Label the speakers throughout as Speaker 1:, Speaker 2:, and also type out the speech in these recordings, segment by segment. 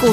Speaker 1: 股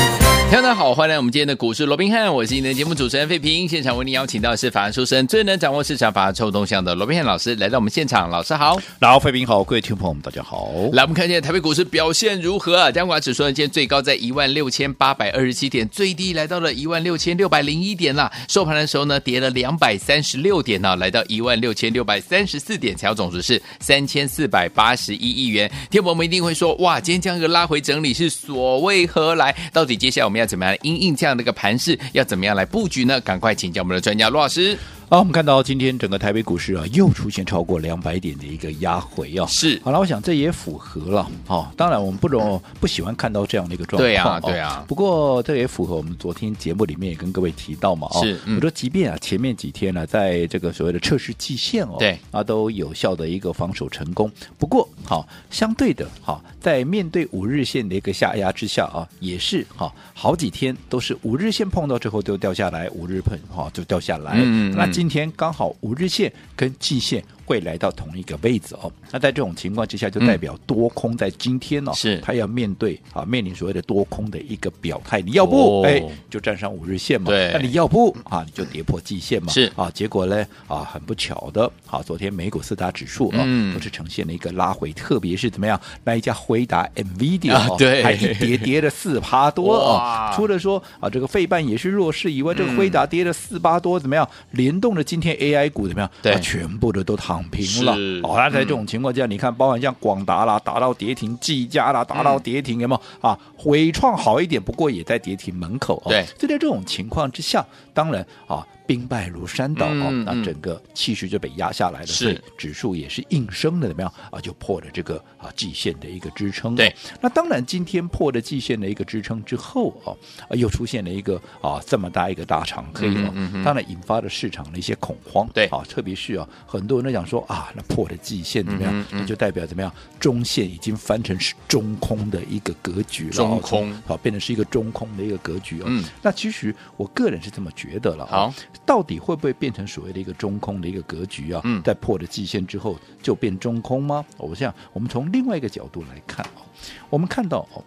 Speaker 2: 听众大家好，欢迎来我们今天的股市罗宾汉，我是你的节目主持人费平。现场为您邀请到的是法案出身、最能掌握市场法案臭动向的罗宾汉老师来到我们现场，老师好。
Speaker 3: 老费平好，各位听众朋友们，大家好。
Speaker 2: 来，我们看见台北股市表现如何啊？加权指数呢，今天最高在一万六千八百二十七点，最低来到了一万六千六百零一点啦。收盘的时候呢，跌了两百三十六点呢、啊来到一万六千六百三十四点，成交总值是三千四百八十一亿元。天博们一定会说，哇，今天这样一个拉回整理是所谓何来？到底接下来我们要怎么样来因应这样的一个盘势，要怎么样来布局呢？赶快请教我们的专家罗老师。
Speaker 3: 好，啊我们看到今天整个台北股市啊，又出现超过两百点的一个压回啊。
Speaker 2: 是
Speaker 3: 好了，我想这也符合了。哦，当然我们不容不喜欢看到这样的一个状况。
Speaker 2: 对啊
Speaker 3: 哦
Speaker 2: 对啊
Speaker 3: 不过这也符合我们昨天节目里面也跟各位提到嘛。哦，
Speaker 2: 是嗯
Speaker 3: 我说即便啊前面几天呢、在这个所谓的测试季线哦，
Speaker 2: 对
Speaker 3: 啊都有效的一个防守成功。不过好、相对的好、在面对五日线的一个下压之下啊，也是哈、好几天都是五日线碰到之后就掉下来，五日碰哈、就掉下来。
Speaker 2: 嗯嗯
Speaker 3: 那
Speaker 2: 嗯
Speaker 3: 今今天刚好五日线跟季线会来到同一个位置哦。那在这种情况之下，就代表多空在今天哦，
Speaker 2: 嗯是
Speaker 3: 它要面对啊面临所谓的多空的一个表态。你要
Speaker 2: 哦
Speaker 3: 不哎、就站上五日线嘛，
Speaker 2: 对
Speaker 3: 那你要不啊你就跌破季线嘛，
Speaker 2: 是
Speaker 3: 啊。结果呢啊很不巧的，啊昨天美股四大指数啊、
Speaker 2: 嗯
Speaker 3: 都是呈现了一个拉回，特别是怎么样那一家回答 NVIDIA
Speaker 2: 啊
Speaker 3: 哦，
Speaker 2: 对
Speaker 3: 还一跌跌了四趴 多
Speaker 2: 哇
Speaker 3: 啊，除了说啊这个费半也是弱势以外，这个辉
Speaker 2: 嗯
Speaker 3: 达跌了四八多怎么样？联动的今天 AI 股怎么样？
Speaker 2: 对
Speaker 3: 啊全部的都躺平了
Speaker 2: 是。
Speaker 3: 哦，那在这种情况下，你看，包含像广达啦，达到跌停；技嘉
Speaker 2: 嗯
Speaker 3: 啦，达到跌停，有没有啊？伟创好一点，不过也在跌停门口。哦
Speaker 2: 对
Speaker 3: 所以在这种情况之下，当然啊。兵败如山倒啊、
Speaker 2: 嗯
Speaker 3: 那
Speaker 2: 嗯
Speaker 3: 整个气势就被压下来了，
Speaker 2: 是
Speaker 3: 所以指数也是应声的，怎么样啊？就破了这个啊季线的一个支撑、哦
Speaker 2: 对，
Speaker 3: 那当然，今天破了季线的一个支撑之后哦，啊又出现了一个啊这么大一个大长黑哦，
Speaker 2: 嗯哼嗯哼
Speaker 3: 当然引发了市场的一些恐慌。
Speaker 2: 对
Speaker 3: 啊，特别是啊，很多人都讲说啊，那破了季线怎么样？
Speaker 2: 嗯哼嗯
Speaker 3: 那就代表怎么样？中线已经翻成是中空的一个格局了哦，
Speaker 2: 中空
Speaker 3: 好、变成是一个中空的一个格局哦。
Speaker 2: 嗯
Speaker 3: 那其实我个人是这么觉得了、哦。
Speaker 2: 好，
Speaker 3: 到底会不会变成所谓的一个中空的一个格局啊？
Speaker 2: 嗯
Speaker 3: 在破了季线之后就变中空吗？哦我想我们从另外一个角度来看哦，我们看到哦，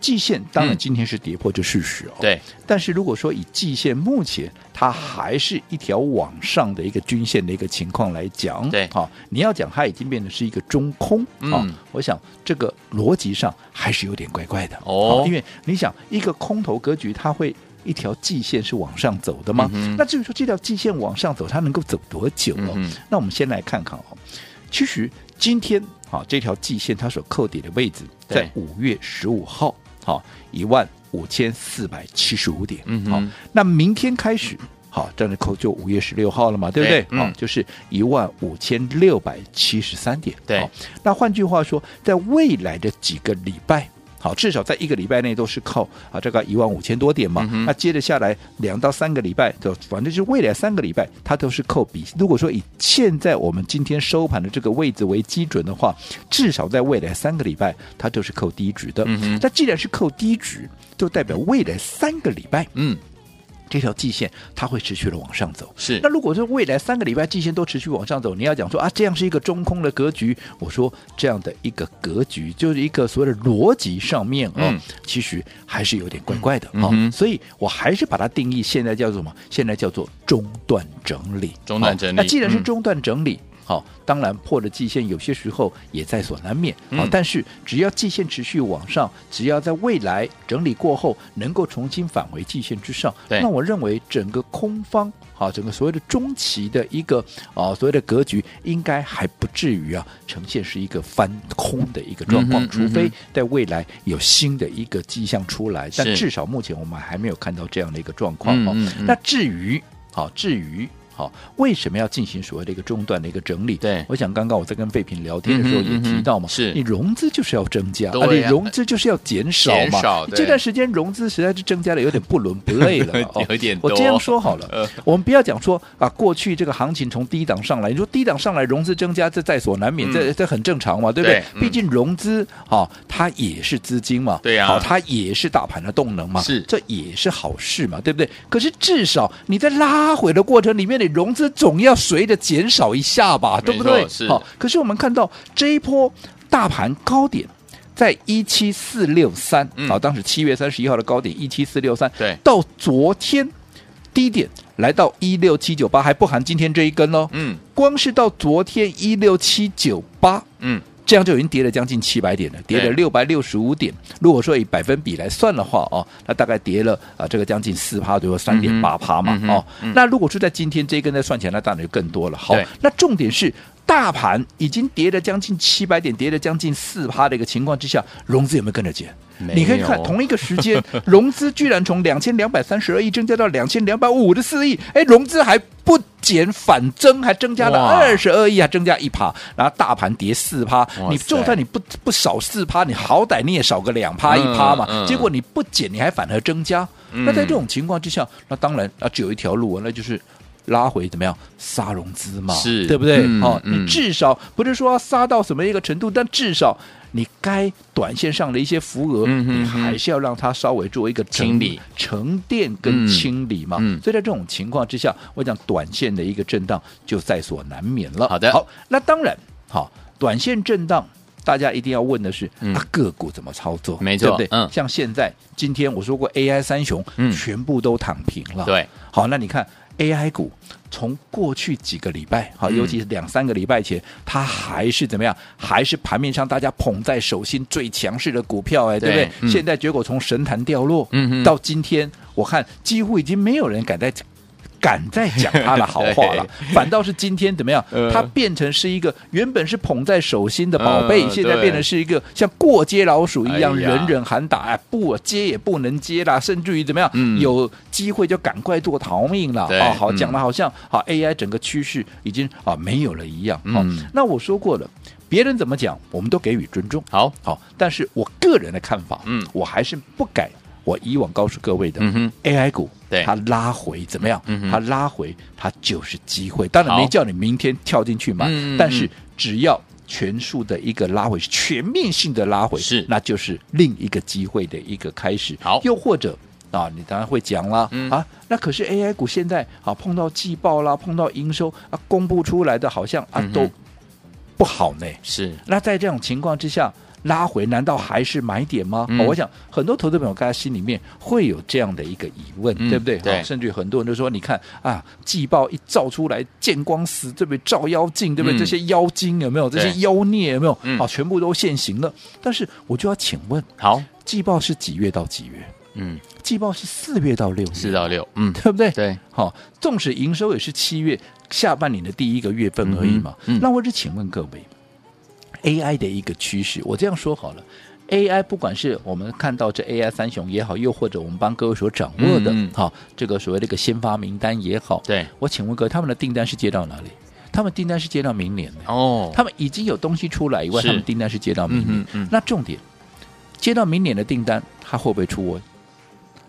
Speaker 3: 季线当然
Speaker 2: 嗯
Speaker 3: 今天是跌破就事实哦，
Speaker 2: 对，
Speaker 3: 但是如果说以季线目前它还是一条往上的一个均线的一个情况来讲，
Speaker 2: 对
Speaker 3: 好、你要讲它已经变得是一个中空，
Speaker 2: 嗯
Speaker 3: 啊我想这个逻辑上还是有点怪怪的
Speaker 2: 哦
Speaker 3: 好因为你想一个空头格局，它会。一条季线是往上走的吗？
Speaker 2: 嗯哼
Speaker 3: 那至于说这条季线往上走，它能够走多久哦？
Speaker 2: 嗯哼
Speaker 3: 那我们先来看看哦。其实今天啊、这条季线它所扣底的位置
Speaker 2: 对
Speaker 3: 在五月十五号，好、一万五千四百七十五点。
Speaker 2: 嗯哼
Speaker 3: 好、那明天开始，好、这样的扣就五月十六号了嘛，对不对？
Speaker 2: 对嗯
Speaker 3: 好就是一万五千六百七十三点。
Speaker 2: 对
Speaker 3: 好那换句话说，在未来的几个礼拜。好，至少在一个礼拜内都是靠啊这个一万五千多点嘛
Speaker 2: 嗯。哼
Speaker 3: 那接着下来两到三个礼拜，就反正就是未来三个礼拜，它都是扣比。如果说以现在我们今天收盘的这个位置为基准的话，至少在未来三个礼拜，它都是扣低值的。
Speaker 2: 嗯哼
Speaker 3: 那既然是扣低值，就代表未来三个礼拜
Speaker 2: 嗯，
Speaker 3: 这条季线它会持续的往上走。
Speaker 2: 是
Speaker 3: 那如果说未来三个礼拜季线都持续往上走，你要讲说啊，这样是一个中空的格局，我说这样的一个格局就是一个所谓的逻辑上面哦，
Speaker 2: 嗯
Speaker 3: 其实还是有点怪怪的
Speaker 2: 嗯
Speaker 3: 哦，
Speaker 2: 哼
Speaker 3: 所以我还是把它定义现在叫做什么？现在叫做中断整理。哦
Speaker 2: 中断整理
Speaker 3: 好那既然是
Speaker 2: 嗯
Speaker 3: 中段整理。好，当然破了季线，有些时候也在所难免。好、
Speaker 2: 嗯
Speaker 3: 但是只要季线持续往上，只要在未来整理过后能够重新返回季线之上，
Speaker 2: 对
Speaker 3: 那我认为整个空方啊，整个所谓的中期的一个啊所谓的格局，应该还不至于啊呈现是一个翻空的一个状况，
Speaker 2: 嗯哼
Speaker 3: 除非
Speaker 2: 嗯
Speaker 3: 在未来有新的一个迹象出来，但
Speaker 2: 是
Speaker 3: 至少目前我们还没有看到这样的一个状况哦。
Speaker 2: 嗯嗯嗯
Speaker 3: 那至于好，至于好、为什么要进行所谓的一个中断的一个整理？
Speaker 2: 对
Speaker 3: 我想刚刚我在跟废品聊天的时候
Speaker 2: 嗯哼
Speaker 3: 也提到
Speaker 2: 嗯
Speaker 3: 嘛，
Speaker 2: 哼是
Speaker 3: 你融资就是要增加，啊
Speaker 2: 对
Speaker 3: 你
Speaker 2: 呀
Speaker 3: 融资就是要减少
Speaker 2: 减
Speaker 3: 嘛。
Speaker 2: 少对
Speaker 3: 这段时间融资实在是增加的有点不伦不类了 哦，
Speaker 2: 有点多
Speaker 3: 我这样说好了，
Speaker 2: 呃
Speaker 3: 我们不要讲说啊，过去这个行情从低档上来，你说低档上来融资增加，这在所难免，
Speaker 2: 嗯
Speaker 3: 这这很正常嘛，对不对
Speaker 2: 对？嗯
Speaker 3: 毕竟融资哦，它也是资金嘛，
Speaker 2: 对呀
Speaker 3: 好，它也是大盘的动能嘛，
Speaker 2: 是
Speaker 3: 这也是好事嘛，对不对？可是至少你在拉回的过程里面，你融资总要随着减少一下吧，对不
Speaker 2: 没
Speaker 3: 对
Speaker 2: 错是？
Speaker 3: 好，可是我们看到这一波大盘高点。在一七四六三
Speaker 2: 嗯
Speaker 3: 啊，当时七月三十一号的高点一七四六三，
Speaker 2: 对
Speaker 3: 到昨天低点来到一六七九八，还不含今天这一根哦。
Speaker 2: 嗯
Speaker 3: 光是到昨天一六七九八，
Speaker 2: 嗯，
Speaker 3: 这样就已经跌了将近七百点了，跌了六百六十五点。如果说以百分比来算的话哦，那大概跌了啊、这个将近四趴左右，三点八趴嘛、
Speaker 2: 嗯哼
Speaker 3: 哦、
Speaker 2: 嗯
Speaker 3: 那如果说在今天这一根再算起来，那当然就更多了。好
Speaker 2: 对，
Speaker 3: 那重点是。大盘已经跌了将近七百点，跌了将近四趴的一个情况之下，融资有没有跟着减？
Speaker 2: 没
Speaker 3: 你可以看
Speaker 2: 有
Speaker 3: 同一个 时间，融资居然从两千两百三十二亿增加到两千两百五十四亿，哎，融资还不减反增，还增加了
Speaker 2: 哇
Speaker 3: 二十二亿，还啊增加一趴，然后大盘跌四趴，
Speaker 2: 哇
Speaker 3: 你
Speaker 2: 塞
Speaker 3: 就算你不不少四趴，你好歹你也少个两趴一趴嘛、
Speaker 2: 嗯嗯嗯
Speaker 3: 结果你不减，你还反而增加、那在这种情况之下，那当然那只有一条路啊，那就是。拉回怎么样杀融资嘛，
Speaker 2: 是
Speaker 3: 对不对？
Speaker 2: 嗯
Speaker 3: 哦，
Speaker 2: 嗯
Speaker 3: 你至少不是说要杀到什么一个程度，但至少你该短线上的一些浮额，
Speaker 2: 嗯哼
Speaker 3: 你
Speaker 2: 哼
Speaker 3: 还是要让它稍微做一个整
Speaker 2: 清理、
Speaker 3: 沉淀跟
Speaker 2: 嗯
Speaker 3: 清理嘛。
Speaker 2: 嗯
Speaker 3: 所以在这种情况之下，我讲短线的一个震荡就在所难免了。
Speaker 2: 好的
Speaker 3: 好，那当然，好，短线震荡。大家一定要问的是，
Speaker 2: 嗯
Speaker 3: 啊，个股怎么操作？
Speaker 2: 没错
Speaker 3: 对不对？
Speaker 2: 嗯
Speaker 3: 像现在今天我说过，AI 三雄、
Speaker 2: 嗯
Speaker 3: 全部都躺平了。
Speaker 2: 对，
Speaker 3: 好，那你看 AI 股从过去几个礼拜，好，
Speaker 2: 嗯
Speaker 3: 尤其是两三个礼拜前，它还是怎么样？还是盘面上大家捧在手心最强势的股票、哎，对不
Speaker 2: 对
Speaker 3: 对？
Speaker 2: 嗯
Speaker 3: 现在结果从神坛掉落，
Speaker 2: 嗯哼
Speaker 3: 到今天，我看几乎已经没有人敢再敢再讲它的好 话了，反倒是今天怎么样
Speaker 2: 呃？
Speaker 3: 它变成是一个原本是捧在手心的宝贝，
Speaker 2: 呃
Speaker 3: 现在
Speaker 2: 对
Speaker 3: 变成是一个像过街老鼠一样，
Speaker 2: 哎呀
Speaker 3: 人人喊打，哎，不接也不能接啦，甚至于怎么样？
Speaker 2: 嗯
Speaker 3: 有机会就赶快做逃命了。
Speaker 2: 对
Speaker 3: 啊，好
Speaker 2: 嗯
Speaker 3: 讲的好像啊，AI 整个趋势已经啊没有了一样。好、
Speaker 2: 嗯
Speaker 3: 那我说过了，别人怎么讲，我们都给予尊重。
Speaker 2: 好，
Speaker 3: 好，但是我个人的看法，
Speaker 2: 嗯
Speaker 3: 我还是不改我以往告诉各位的，
Speaker 2: 嗯哼
Speaker 3: AI 股，
Speaker 2: 对
Speaker 3: 它拉回怎么样？
Speaker 2: 嗯哼
Speaker 3: 它拉回，它就是机会。当然
Speaker 2: 好
Speaker 3: 没叫你明天跳进去买，
Speaker 2: 嗯嗯嗯
Speaker 3: 但是只要全数的一个拉回，全面性的拉回，
Speaker 2: 是
Speaker 3: 那就是另一个机会的一个开始。
Speaker 2: 好
Speaker 3: 又或者。啊，你当然会讲啦、
Speaker 2: 嗯
Speaker 3: 啊，那可是 AI 股现在啊碰到季报啦，碰到营收啊公布出来的好像啊、
Speaker 2: 嗯哼
Speaker 3: 都不好呢，
Speaker 2: 是
Speaker 3: 那在这种情况之下，拉回难道还是买点吗？
Speaker 2: 嗯
Speaker 3: 哦我想很多投资朋友，大家心里面会有这样的一个疑问，
Speaker 2: 嗯
Speaker 3: 对不对？
Speaker 2: 对
Speaker 3: 哦甚至很多人都说，你看啊，季报一照出来，见光死，对不对？照妖镜，对不对？
Speaker 2: 嗯
Speaker 3: 这些妖精有没有？这
Speaker 2: 对
Speaker 3: 些妖孽有没有？
Speaker 2: 嗯
Speaker 3: 啊，全部都现形了。但是我就要请问，
Speaker 2: 好，
Speaker 3: 季报是几月到几月？
Speaker 2: 嗯，
Speaker 3: 季报是四月到六月，
Speaker 2: 四到六，嗯，
Speaker 3: 对不对？
Speaker 2: 对，
Speaker 3: 好、纵使营收也是七月下半年的第一个月份而已嘛。
Speaker 2: 嗯哼嗯
Speaker 3: 那我只请问各位，AI 的一个趋势，我这样说好了。AI 不管是我们看到这 AI 三雄也好，又或者我们帮各位所掌握的，
Speaker 2: 嗯
Speaker 3: 好、
Speaker 2: 嗯
Speaker 3: 这个所谓的一个先发名单也好，
Speaker 2: 对，
Speaker 3: 我请问各位，他们的订单是接到哪里？他们订单是接到明年的，
Speaker 2: 哦，
Speaker 3: 他们已经有东西出来以外，
Speaker 2: 是
Speaker 3: 他们订单是接到明年。
Speaker 2: 嗯嗯嗯
Speaker 3: 那重点，接到明年的订单，他会不会出哦？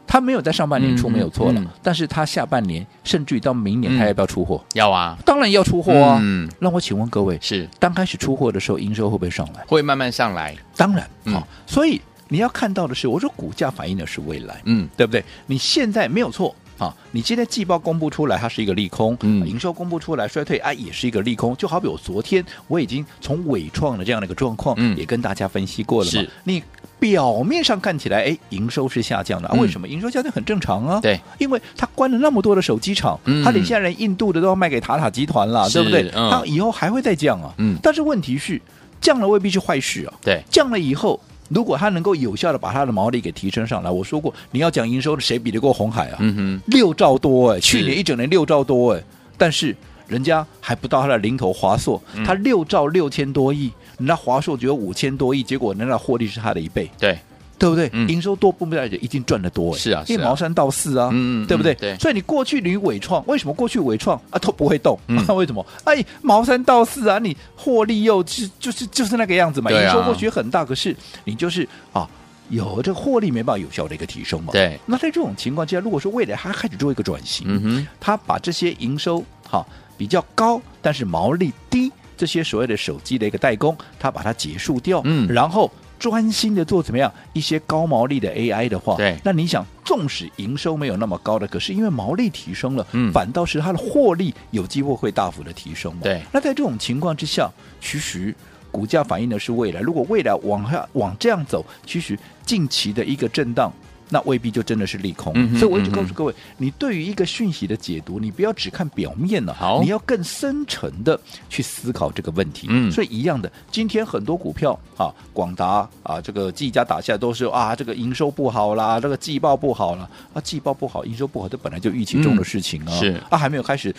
Speaker 3: 他没有在上半年出
Speaker 2: 嗯
Speaker 3: 没有错了，
Speaker 2: 嗯
Speaker 3: 但是他下半年甚至于到明年，
Speaker 2: 嗯
Speaker 3: 他要不要出货？
Speaker 2: 要啊，
Speaker 3: 当然要出货啊！
Speaker 2: 嗯，
Speaker 3: 那我请问各位，
Speaker 2: 是
Speaker 3: 刚开始出货的时候，营收会不会上来？
Speaker 2: 会慢慢上来，
Speaker 3: 当然，好、
Speaker 2: 嗯
Speaker 3: 所以你要看到的是，我说股价反映的是未来，
Speaker 2: 嗯，
Speaker 3: 对不对？你现在没有错。啊，你现在季报公布出来，它是一个利空；
Speaker 2: 嗯
Speaker 3: 营收公布出来衰退，啊，也是一个利空。就好比我昨天我已经从伟创的这样的一个状况，
Speaker 2: 嗯
Speaker 3: 也跟大家分析过了嘛
Speaker 2: 是。
Speaker 3: 你表面上看起来，哎，营收是下降的，啊
Speaker 2: 嗯
Speaker 3: 为什么？营收下降很正常啊。
Speaker 2: 对，
Speaker 3: 因为它关了那么多的手机厂，
Speaker 2: 嗯
Speaker 3: 它连现在连印度的都要卖给塔塔集团了，
Speaker 2: 是
Speaker 3: 对不对？
Speaker 2: 嗯
Speaker 3: 它以后还会再降啊。
Speaker 2: 嗯
Speaker 3: 但是问题是，降了未必是坏事啊。
Speaker 2: 对，
Speaker 3: 降了以后，如果它能够有效的把它的毛利给提升上来，我说过，你要讲营收的，谁比得过红海啊？
Speaker 2: 嗯哼，
Speaker 3: 六兆多哎、
Speaker 2: 是
Speaker 3: 去年一整年六兆多哎、但是人家还不到它的零头华硕，
Speaker 2: 嗯
Speaker 3: 它六兆六千多亿，人家华硕只有五千多亿，结果人家的获利是它的一倍。
Speaker 2: 对，
Speaker 3: 对不对？
Speaker 2: 嗯
Speaker 3: 营收多不代表一定赚得多，哎
Speaker 2: 是啊
Speaker 3: 因为
Speaker 2: 是啊
Speaker 3: 毛三到四啊，
Speaker 2: 嗯嗯
Speaker 3: 对不对？
Speaker 2: 嗯对
Speaker 3: 所以你过去你伟创为什么过去伟创啊都不会动？
Speaker 2: 嗯
Speaker 3: 为什么？哎，毛三到四啊，你获利又就是就是就是那个样子嘛，
Speaker 2: 对啊
Speaker 3: 营收或许很大，可是你就是啊。有这个获利没办法有效的一个提升嘛？
Speaker 2: 对。
Speaker 3: 那在这种情况之下，如果说未来它开始做一个转型，
Speaker 2: 嗯哼，
Speaker 3: 它把这些营收哈、比较高，但是毛利低这些所谓的手机的一个代工，它把它结束掉，
Speaker 2: 嗯
Speaker 3: 然后。专心的做怎么样一些高毛利的 AI 的话，
Speaker 2: 对
Speaker 3: 那你想，纵使营收没有那么高的，可是因为毛利提升了，
Speaker 2: 嗯
Speaker 3: 反倒是它的获利有机会会大幅的提升嘛。
Speaker 2: 对
Speaker 3: 那在这种情况之下，其实股价反映的是未来。如果未来往下往这样走，其实近期的一个震荡。那未必就真的是利空，
Speaker 2: 嗯哼
Speaker 3: 所以我一直
Speaker 2: 嗯哼
Speaker 3: 告诉各位，你对于一个讯息的解读，你不要只看表面了、
Speaker 2: 好
Speaker 3: 你要更深层的去思考这个问题。
Speaker 2: 嗯
Speaker 3: 所以一样的，今天很多股票啊，广达啊，这个技嘉打下来都是啊，这个营收不好啦，这个季报不好啦，啊，季报不好，营收不好，这本来就预期中
Speaker 2: 嗯
Speaker 3: 的事情啊，
Speaker 2: 是
Speaker 3: 啊，还没有开始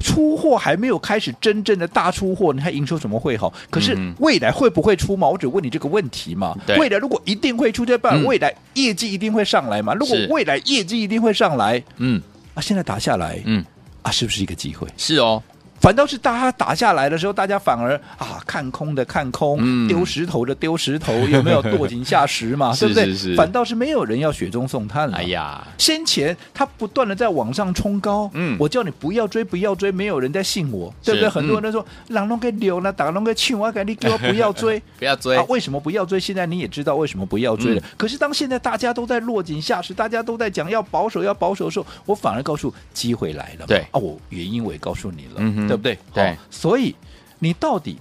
Speaker 3: 出货还没有开始真正的大出货，你看营收怎么会好？可是
Speaker 2: 嗯
Speaker 3: 未来会不会出嘛？我只问你这个问题嘛
Speaker 2: 对。
Speaker 3: 未来如果一定会出，这办法
Speaker 2: 嗯
Speaker 3: 未来业绩一定会上来嘛？如果
Speaker 2: 是
Speaker 3: 未来业绩一定会上来
Speaker 2: 嗯
Speaker 3: 啊，现在打下来
Speaker 2: 嗯，
Speaker 3: 啊，是不是一个机会？
Speaker 2: 是哦，
Speaker 3: 反倒是大家打下来的时候，大家反而啊看空的看空，
Speaker 2: 嗯
Speaker 3: 丢石头的丢石头，有没有落井下石 嘛？
Speaker 2: 是
Speaker 3: 对不对？
Speaker 2: 是是
Speaker 3: 反倒是没有人要雪中送炭了。
Speaker 2: 哎呀，
Speaker 3: 先前它不断的在往上冲高，
Speaker 2: 嗯
Speaker 3: 我叫你不要追，不要追，没有人在信我，对不对？
Speaker 2: 嗯
Speaker 3: 很多人都说，朗龙给留了，打龙给去，我给你给我不要追。
Speaker 2: 不要追
Speaker 3: 啊，，为什么不要追？现在你也知道为什么不要追了。
Speaker 2: 嗯
Speaker 3: 可是当现在大家都在落井下石，大家都在讲要保守，要保守的时候，我反而告诉机会来了嘛。
Speaker 2: 对
Speaker 3: 啊，我原因我也告诉你了，
Speaker 2: 嗯哼
Speaker 3: 对不对？
Speaker 2: 对
Speaker 3: 好所以你到底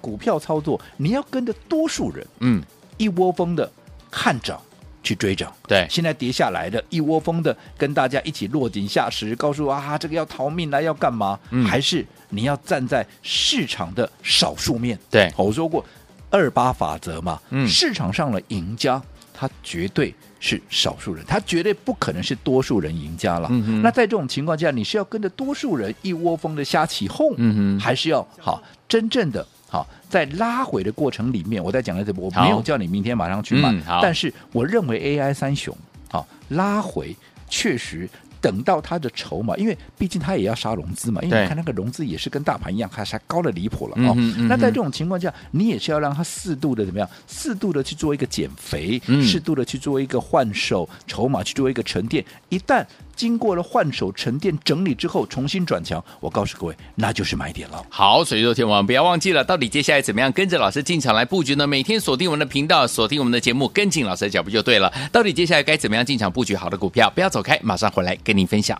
Speaker 3: 股票操作，你要跟着多数人
Speaker 2: 嗯，
Speaker 3: 一窝蜂的看涨去追涨。
Speaker 2: 对，
Speaker 3: 现在跌下来的，一窝蜂的跟大家一起落井下石，告诉啊这个要逃命啊，要干嘛？
Speaker 2: 嗯
Speaker 3: 还是你要站在市场的少数面？
Speaker 2: 对
Speaker 3: 我说过二八法则嘛，
Speaker 2: 嗯
Speaker 3: 市场上的赢家他绝对是少数人，他绝对不可能是多数人赢家了。
Speaker 2: 嗯哼
Speaker 3: 那在这种情况下，你是要跟着多数人一窝蜂的瞎起哄，
Speaker 2: 嗯哼
Speaker 3: 还是要好真正的好在拉回的过程里面，我再讲一次，我
Speaker 2: 好
Speaker 3: 没有叫你明天马上去买，
Speaker 2: 嗯好
Speaker 3: 但是我认为 AI 三雄好拉回确实。等到它的筹码，因为毕竟它也要杀融资嘛，因为
Speaker 2: 对
Speaker 3: 你看那个融资也是跟大盘一样，还还高的离谱了
Speaker 2: 嗯
Speaker 3: 哦。
Speaker 2: 哼嗯
Speaker 3: 那在
Speaker 2: 哼
Speaker 3: 这种情况下，你也是要让它适度的怎么样？适度的去做一个减肥，
Speaker 2: 嗯
Speaker 3: 适度的去做一个换手筹码，去做一个沉淀。一旦经过了换手沉淀整理之后，重新转强，我告诉各位，那就是买点了。
Speaker 2: 好，所以说天王不要忘记了，到底接下来怎么样跟着老师进场来布局呢？每天锁定我们的频道，锁定我们的节目，跟紧老师的脚步就对了。到底接下来该怎么样进场布局好的股票？不要走开，马上回来跟您分享。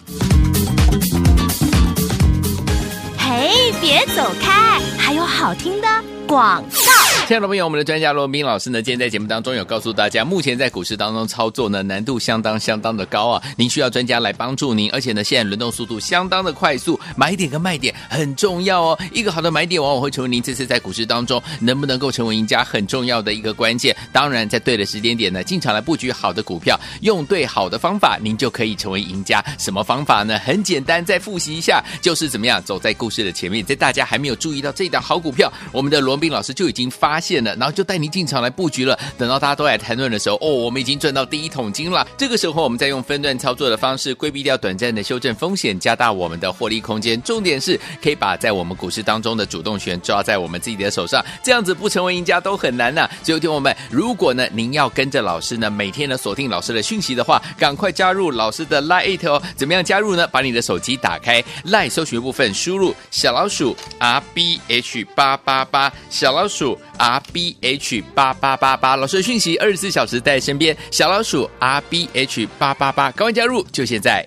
Speaker 1: 嘿，别走开，还有好听的广告。
Speaker 2: 亲爱的朋友我们的专家罗斌老师呢，今天在节目当中有告诉大家，目前在股市当中操作呢难度相当相当的高啊，您需要专家来帮助您，而且呢现在轮动速度相当的快速，买点跟卖点很重要哦。一个好的买点往往会成为您这次在股市当中能不能够成为赢家很重要的一个关键。当然，在对的时间点呢进场来布局好的股票，用对好的方法，您就可以成为赢家。什么方法呢？很简单，再复习一下，就是怎么样走在故事的前面，在大家还没有注意到这一档好股票，我们的罗斌老师就已经发现了，然后就带您进场来布局了。等到大家都来谈论的时候，哦，我们已经赚到第一桶金了。这个时候，我们再用分段操作的方式，规避掉短暂的修正风险，加大我们的获利空间。重点是可以把在我们股市当中的主动权抓在我们自己的手上，这样子不成为赢家都很难呐、所以，听我们，如果呢您要跟着老师呢，每天呢锁定老师的讯息的话，赶快加入老师的 Lite 哦。怎么样加入呢？把你的手机打开 Lite 搜寻部分，输入小老鼠 R B H 八八八，小老鼠 R B H 八八八八，老师的讯息二十四小时在身边，小老鼠 R B H 八八八，赶快加入，就现在。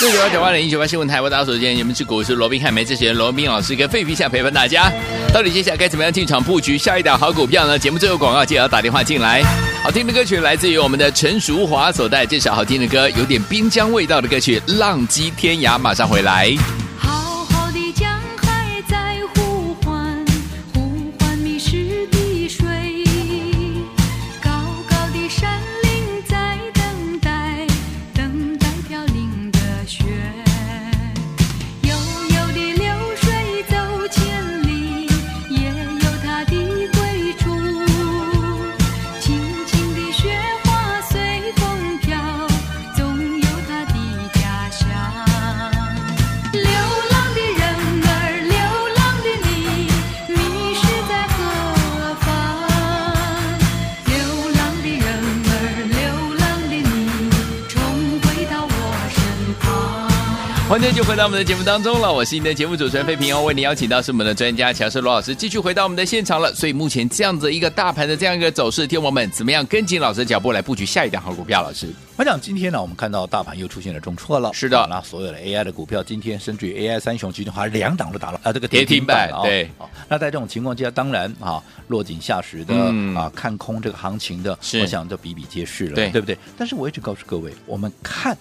Speaker 2: 六九八九八零一九八新闻台，我打手今天节目是股市罗宾汉梅这学员罗宾老师跟费皮下陪伴大家。到底接下来该怎么样进场布局下一档好股票呢？节目最后广告记得要打电话进来。好听的歌曲来自于我们的陈淑华所带这首好听的歌，有点滨江味道的歌曲《浪迹天涯》，马上回来。
Speaker 4: 浩浩的江海在呼唤，呼唤迷失的水；高高的山岭在等待，等待飘零的雪。悠悠的流水走千里，也有它的归处。轻轻的雪
Speaker 2: 欢迎就回到我们的节目当中了，我是你的节目主持人费平哦，为你邀请到是我们的专家乔氏罗老师，继续回到我们的现场了。所以目前这样子一个大盘的这样一个走势，听我们怎么样跟紧老师的脚步来布局下一档好股票？老师，
Speaker 3: 我想今天呢，我们看到大盘又出现了重挫了。
Speaker 2: 是的
Speaker 3: 好那所有的 AI 的股票，今天甚至于 AI 三雄集团，还两档都打了啊，这个
Speaker 2: 跌停板
Speaker 3: 了啊
Speaker 2: 对
Speaker 3: 好那在这种情况之下，当然啊，落井下石的、
Speaker 2: 嗯
Speaker 3: 啊，看空这个行情的，
Speaker 2: 是
Speaker 3: 我想这比比皆是了，
Speaker 2: 对
Speaker 3: 对不对？但是我一直告诉各位，我们看。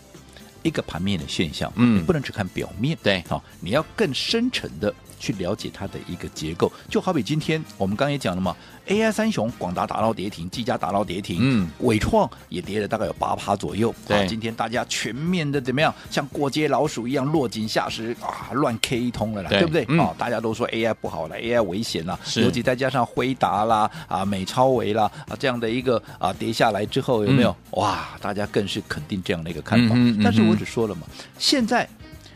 Speaker 3: 一个盘面的现象，
Speaker 2: 嗯
Speaker 3: 你不能只看表面，
Speaker 2: 对
Speaker 3: 好、你要更深层的去了解它的一个结构。就好比今天我们刚刚也讲了嘛，AI 三雄广达打到跌停，技嘉打到跌停，
Speaker 2: 嗯，
Speaker 3: 伟创也跌了大概有八趴左右。
Speaker 2: 对
Speaker 3: 啊今天大家全面的怎么样，像过街老鼠一样落井下石啊，乱 K 一通了啦，
Speaker 2: 对
Speaker 3: 不对？
Speaker 2: 嗯
Speaker 3: 啊，大家都说 AI 不好了，AI 危险了，
Speaker 2: 是
Speaker 3: 尤其再加上辉达啦、啊美超维啦啊这样的一个啊跌下来之后，有没有、哇？大家更是肯定这样的一个看
Speaker 2: 嗯嗯
Speaker 3: 法。
Speaker 2: 哼嗯哼
Speaker 3: 但是我只说了嘛，现在。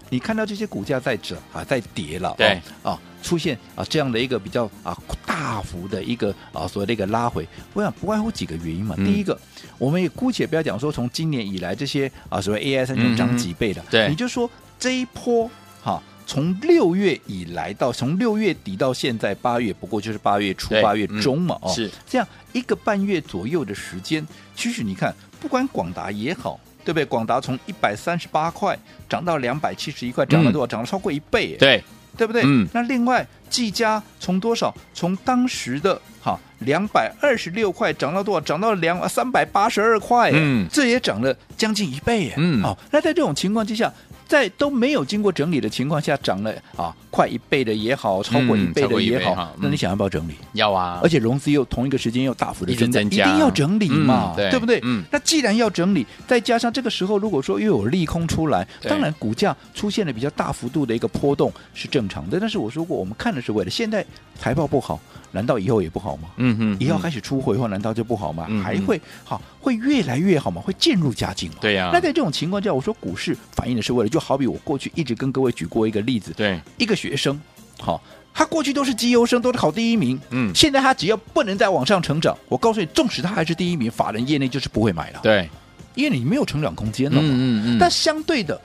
Speaker 3: 你看到这些股价在涨啊，在跌了，
Speaker 2: 对
Speaker 3: 啊，出现啊这样的一个比较啊大幅的一个啊所谓的一个拉回，我想不外乎几个原因嘛。
Speaker 2: 嗯
Speaker 3: 第一个，我们也姑且不要讲说从今年以来这些啊所谓 AI 三
Speaker 2: 嗯
Speaker 3: 雄
Speaker 2: 哼
Speaker 3: 涨几倍了，
Speaker 2: 对
Speaker 3: 你就说这一波哈。从六月以来到从六月底到现在八月，不过就是八月初
Speaker 2: 对、
Speaker 3: 八月
Speaker 2: 嗯
Speaker 3: 中嘛，哦，
Speaker 2: 是
Speaker 3: 这样一个半月左右的时间，其实你看，不管广达也好，对不对？广达从一百三十八块涨到两百七十一块，涨了多少？涨了超过一倍耶，
Speaker 2: 嗯对，
Speaker 3: 对不对？
Speaker 2: 嗯
Speaker 3: 那另外，技嘉从多少？从当时的哈两百二十六块涨到多少？涨到两三百八十二块耶，
Speaker 2: 嗯
Speaker 3: 这也涨了将近一倍耶。
Speaker 2: 嗯
Speaker 3: 好、那在这种情况之下。在都没有经过整理的情况下，涨了啊，快一倍的也好，超过一
Speaker 2: 嗯
Speaker 3: 倍
Speaker 2: 超过
Speaker 3: 的
Speaker 2: 一
Speaker 3: 也
Speaker 2: 倍
Speaker 3: 好，
Speaker 2: 哈嗯
Speaker 3: 那你想要不要整理？
Speaker 2: 要啊
Speaker 3: 而，且融资又同一个时间又大幅的
Speaker 2: 一直
Speaker 3: 增加，
Speaker 2: 增
Speaker 3: 一
Speaker 2: 加
Speaker 3: 定要整理嘛
Speaker 2: 嗯，对
Speaker 3: 不对？
Speaker 2: 嗯
Speaker 3: 那既然要整理，再加上这个时候如果说又有利空出来，
Speaker 2: 对
Speaker 3: 当然股价出现了比较大幅度的一个波动是正常的。但是我说过，我们看的是为了现在财报不好，难道以后也不好吗？
Speaker 2: 嗯哼
Speaker 3: 以后开始出回话，难道就不好吗？
Speaker 2: 嗯
Speaker 3: 还会好，会越来越好吗？会渐入佳境吗？
Speaker 2: 对呀
Speaker 3: 那在这种情况下，我说股市反映的是为了，就好比我过去一直跟各位举过一个例子，
Speaker 2: 对，
Speaker 3: 一个学生，好、他过去都是绩优生，都是考第一名，
Speaker 2: 嗯
Speaker 3: 现在他只要不能再往上成长，我告诉你，纵使他还是第一名，法人业内就是不会买了，，
Speaker 2: 对，
Speaker 3: 因为你没有成长空间了嘛。
Speaker 2: 嗯
Speaker 3: 但相对的，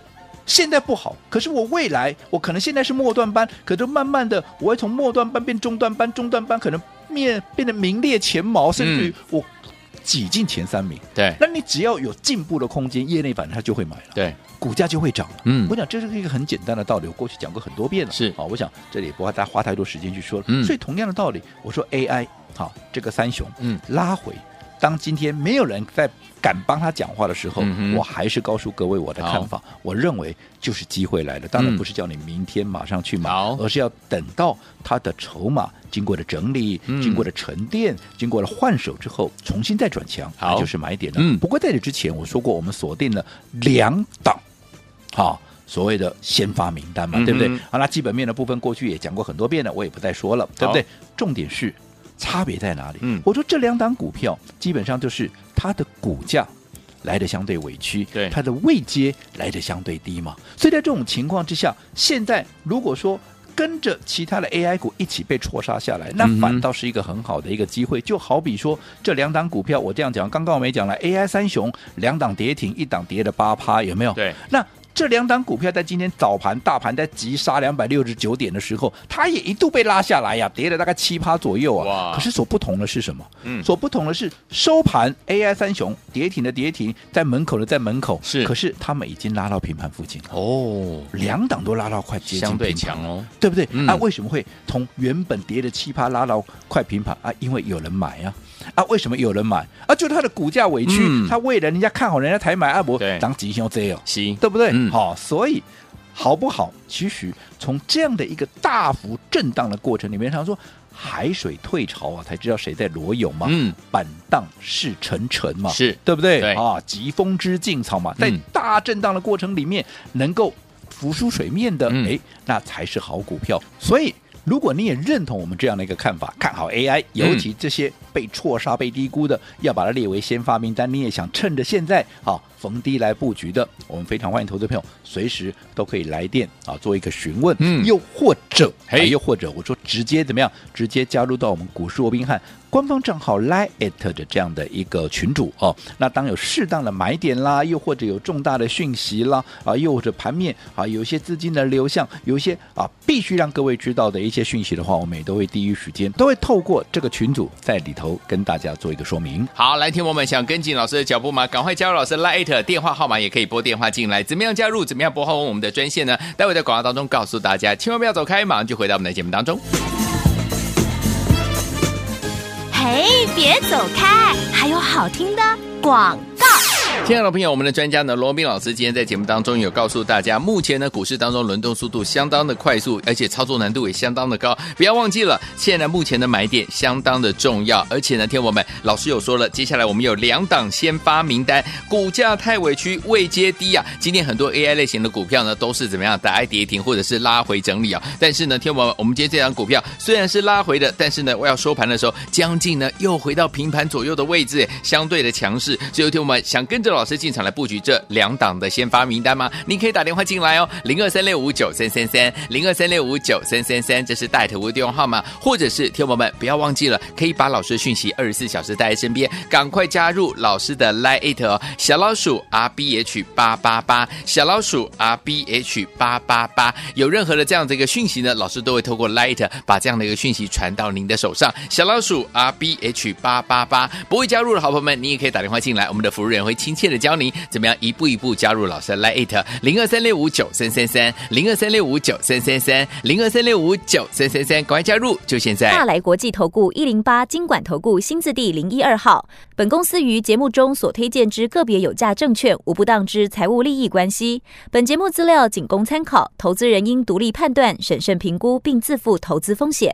Speaker 3: 现在不好，可是我未来，我可能现在是末段班，可就慢慢的，我会从末段班变中段班，中段班可能面变得名列前茅，甚至
Speaker 2: 嗯
Speaker 3: 于我挤进前三名。
Speaker 2: 对，
Speaker 3: 那你只要有进步的空间，业内反正他就会买了。
Speaker 2: 对，
Speaker 3: 股价就会涨了。
Speaker 2: 嗯
Speaker 3: 我讲这是一个很简单的道理，我过去讲过很多遍了。
Speaker 2: 是
Speaker 3: 啊、我想这里也不怕大家花太多时间去说了。
Speaker 2: 嗯
Speaker 3: 所以同样的道理，我说 AI 好、这个三雄，
Speaker 2: 嗯，
Speaker 3: 拉回。当今天没有人在敢帮他讲话的时候，
Speaker 2: 嗯哼
Speaker 3: 我还是告诉各位我的看法。我认为就是机会来了，当然不是叫你明天马上去买，
Speaker 2: 好
Speaker 3: 而是要等到它的筹码经过了整理、
Speaker 2: 嗯
Speaker 3: 经过了沉淀、经过了换手之后，重新再转强，
Speaker 2: 好
Speaker 3: 那就是买点了。
Speaker 2: 嗯
Speaker 3: 不过在这之前，我说过我们锁定了两档，好、所谓的先发名单嘛，
Speaker 2: 嗯哼
Speaker 3: 对不对？好，那基本面的部分过去也讲过很多遍了，我也不再说了，对不对
Speaker 2: 好？
Speaker 3: 重点是差别在哪里？
Speaker 2: 嗯
Speaker 3: 我说这两档股票基本上就是它的股价。来的相对委屈，
Speaker 2: 对
Speaker 3: 它的位阶来的相对低嘛，所以在这种情况之下，现在如果说跟着其他的 AI 股一起被戳杀下来，那
Speaker 2: 嗯哼
Speaker 3: 反倒是一个很好的一个机会。就好比说这两档股票，我这样讲，刚刚我没讲了，AI 三雄两档跌停，一档跌了八趴，有没有？
Speaker 2: 对，
Speaker 3: 那这两档股票在今天早盘大盘在急杀两百六十九点的时候，它也一度被拉下来呀、跌了大概七趴左右啊。
Speaker 2: 哇
Speaker 3: 可是所不同的是什么？
Speaker 2: 嗯
Speaker 3: 所不同的是收盘 AI 三雄跌停的跌停，在门口的在门口，
Speaker 2: 是
Speaker 3: 可是他们已经拉到平盘附近了，
Speaker 2: 哦，
Speaker 3: 两档都拉到快接近
Speaker 2: 相对
Speaker 3: 平盘
Speaker 2: 强哦，
Speaker 3: 对不对？
Speaker 2: 嗯
Speaker 3: 啊，为什么会从原本跌的七趴拉到快平盘啊？因为有人买啊。啊，为什么有人买啊？就是它的股价委屈，
Speaker 2: 嗯
Speaker 3: 它为了人家看好人家才买啊，我
Speaker 2: 对
Speaker 3: 当吉凶这样。
Speaker 2: 行，
Speaker 3: 对不对？好、
Speaker 2: 嗯
Speaker 3: 所以好不好？其实从这样的一个大幅震荡的过程里面，常说海水退潮啊，才知道谁在裸泳嘛，
Speaker 2: 嗯，
Speaker 3: 板荡是沉沉嘛，
Speaker 2: 是
Speaker 3: 对不对？
Speaker 2: 对
Speaker 3: 啊，疾风知劲草嘛，在
Speaker 2: 嗯
Speaker 3: 大震荡的过程里面，能够浮出水面的，
Speaker 2: 嗯
Speaker 3: 哎、那才是好股票。所以。如果你也认同我们这样的一个看法，看好
Speaker 2: 嗯
Speaker 3: AI，尤其这些被错杀、被低估的，要把它列为先发名单，你也想趁着现在啊逢低来布局的，我们非常欢迎投资朋友随时都可以来电啊做一个询问，
Speaker 2: 嗯
Speaker 3: 又或者、
Speaker 2: 嘿
Speaker 3: 啊又或者我说直接怎么样，直接加入到我们股市罗宾汉官方账号 Line at 的这样的一个群主哦。那当有适当的买点啦，又或者有重大的讯息啦，啊，又或者盘面啊有一些资金的流向，有一些啊必须让各位知道的一些讯息的话，我们也都会第一时间都会透过这个群组在里头跟大家做一个说明。
Speaker 2: 好，来，听我们想跟进老师的脚步吗？赶快加入老师 Light 电话号码，也可以拨电话进来。怎么样加入？怎么样拨号问我们的专线呢？待会在广告当中告诉大家，千万不要走开，马上就回到我们的节目当中。
Speaker 1: 嘿，别走开，还有好听的广告。
Speaker 2: 亲爱的朋友，我们的专家呢，罗斌老师今天在节目当中有告诉大家，目前呢股市当中轮动速度相当的快速，而且操作难度也相当的高。不要忘记了，现在目前的买点相当的重要，而且呢，天我们老师有说了，接下来我们有两档先发名单，股价太委屈，未接低啊。今天很多 AI 类型的股票呢都是怎么样打一跌停或者是拉回整理啊，但是呢，天我们我们今天这档股票虽然是拉回的，但是呢，我要收盘的时候将近呢又回到平盘左右的位置，哎相对的强势。所以有天我们想跟着。老师进场来布局这两档的先发名单吗？您可以打电话进来哦，零二三六五九三三三，零二三六五九三三三，这是带头的电话号码，或者是听友们不要忘记了，可以把老师的讯息二十四小时带在身边，赶快加入老师的 Line It 哦，小老鼠 R B H 八八八，小老鼠 R B H 八八八，有任何的这样的一个讯息呢，老师都会透过 Line It 把这样的一个讯息传到您的手上，小老鼠 R B H 八八八，不会加入的好朋友们，你也可以打电话进来，我们的服务人员会亲切。亲切的教你怎么样一步一步加入老师的 Lite 零二三六五九三三三零二三六五九三三三零二三六五九三三三，赶快加入，就现在！
Speaker 5: 大来国际投顾一零八金管投顾新字第零一二号。本公司于节目中所推荐之个别有价证券，无不当之财务利益关系。本节目资料仅供参考，投资人应独立判断、审慎评估，并自负投资风险。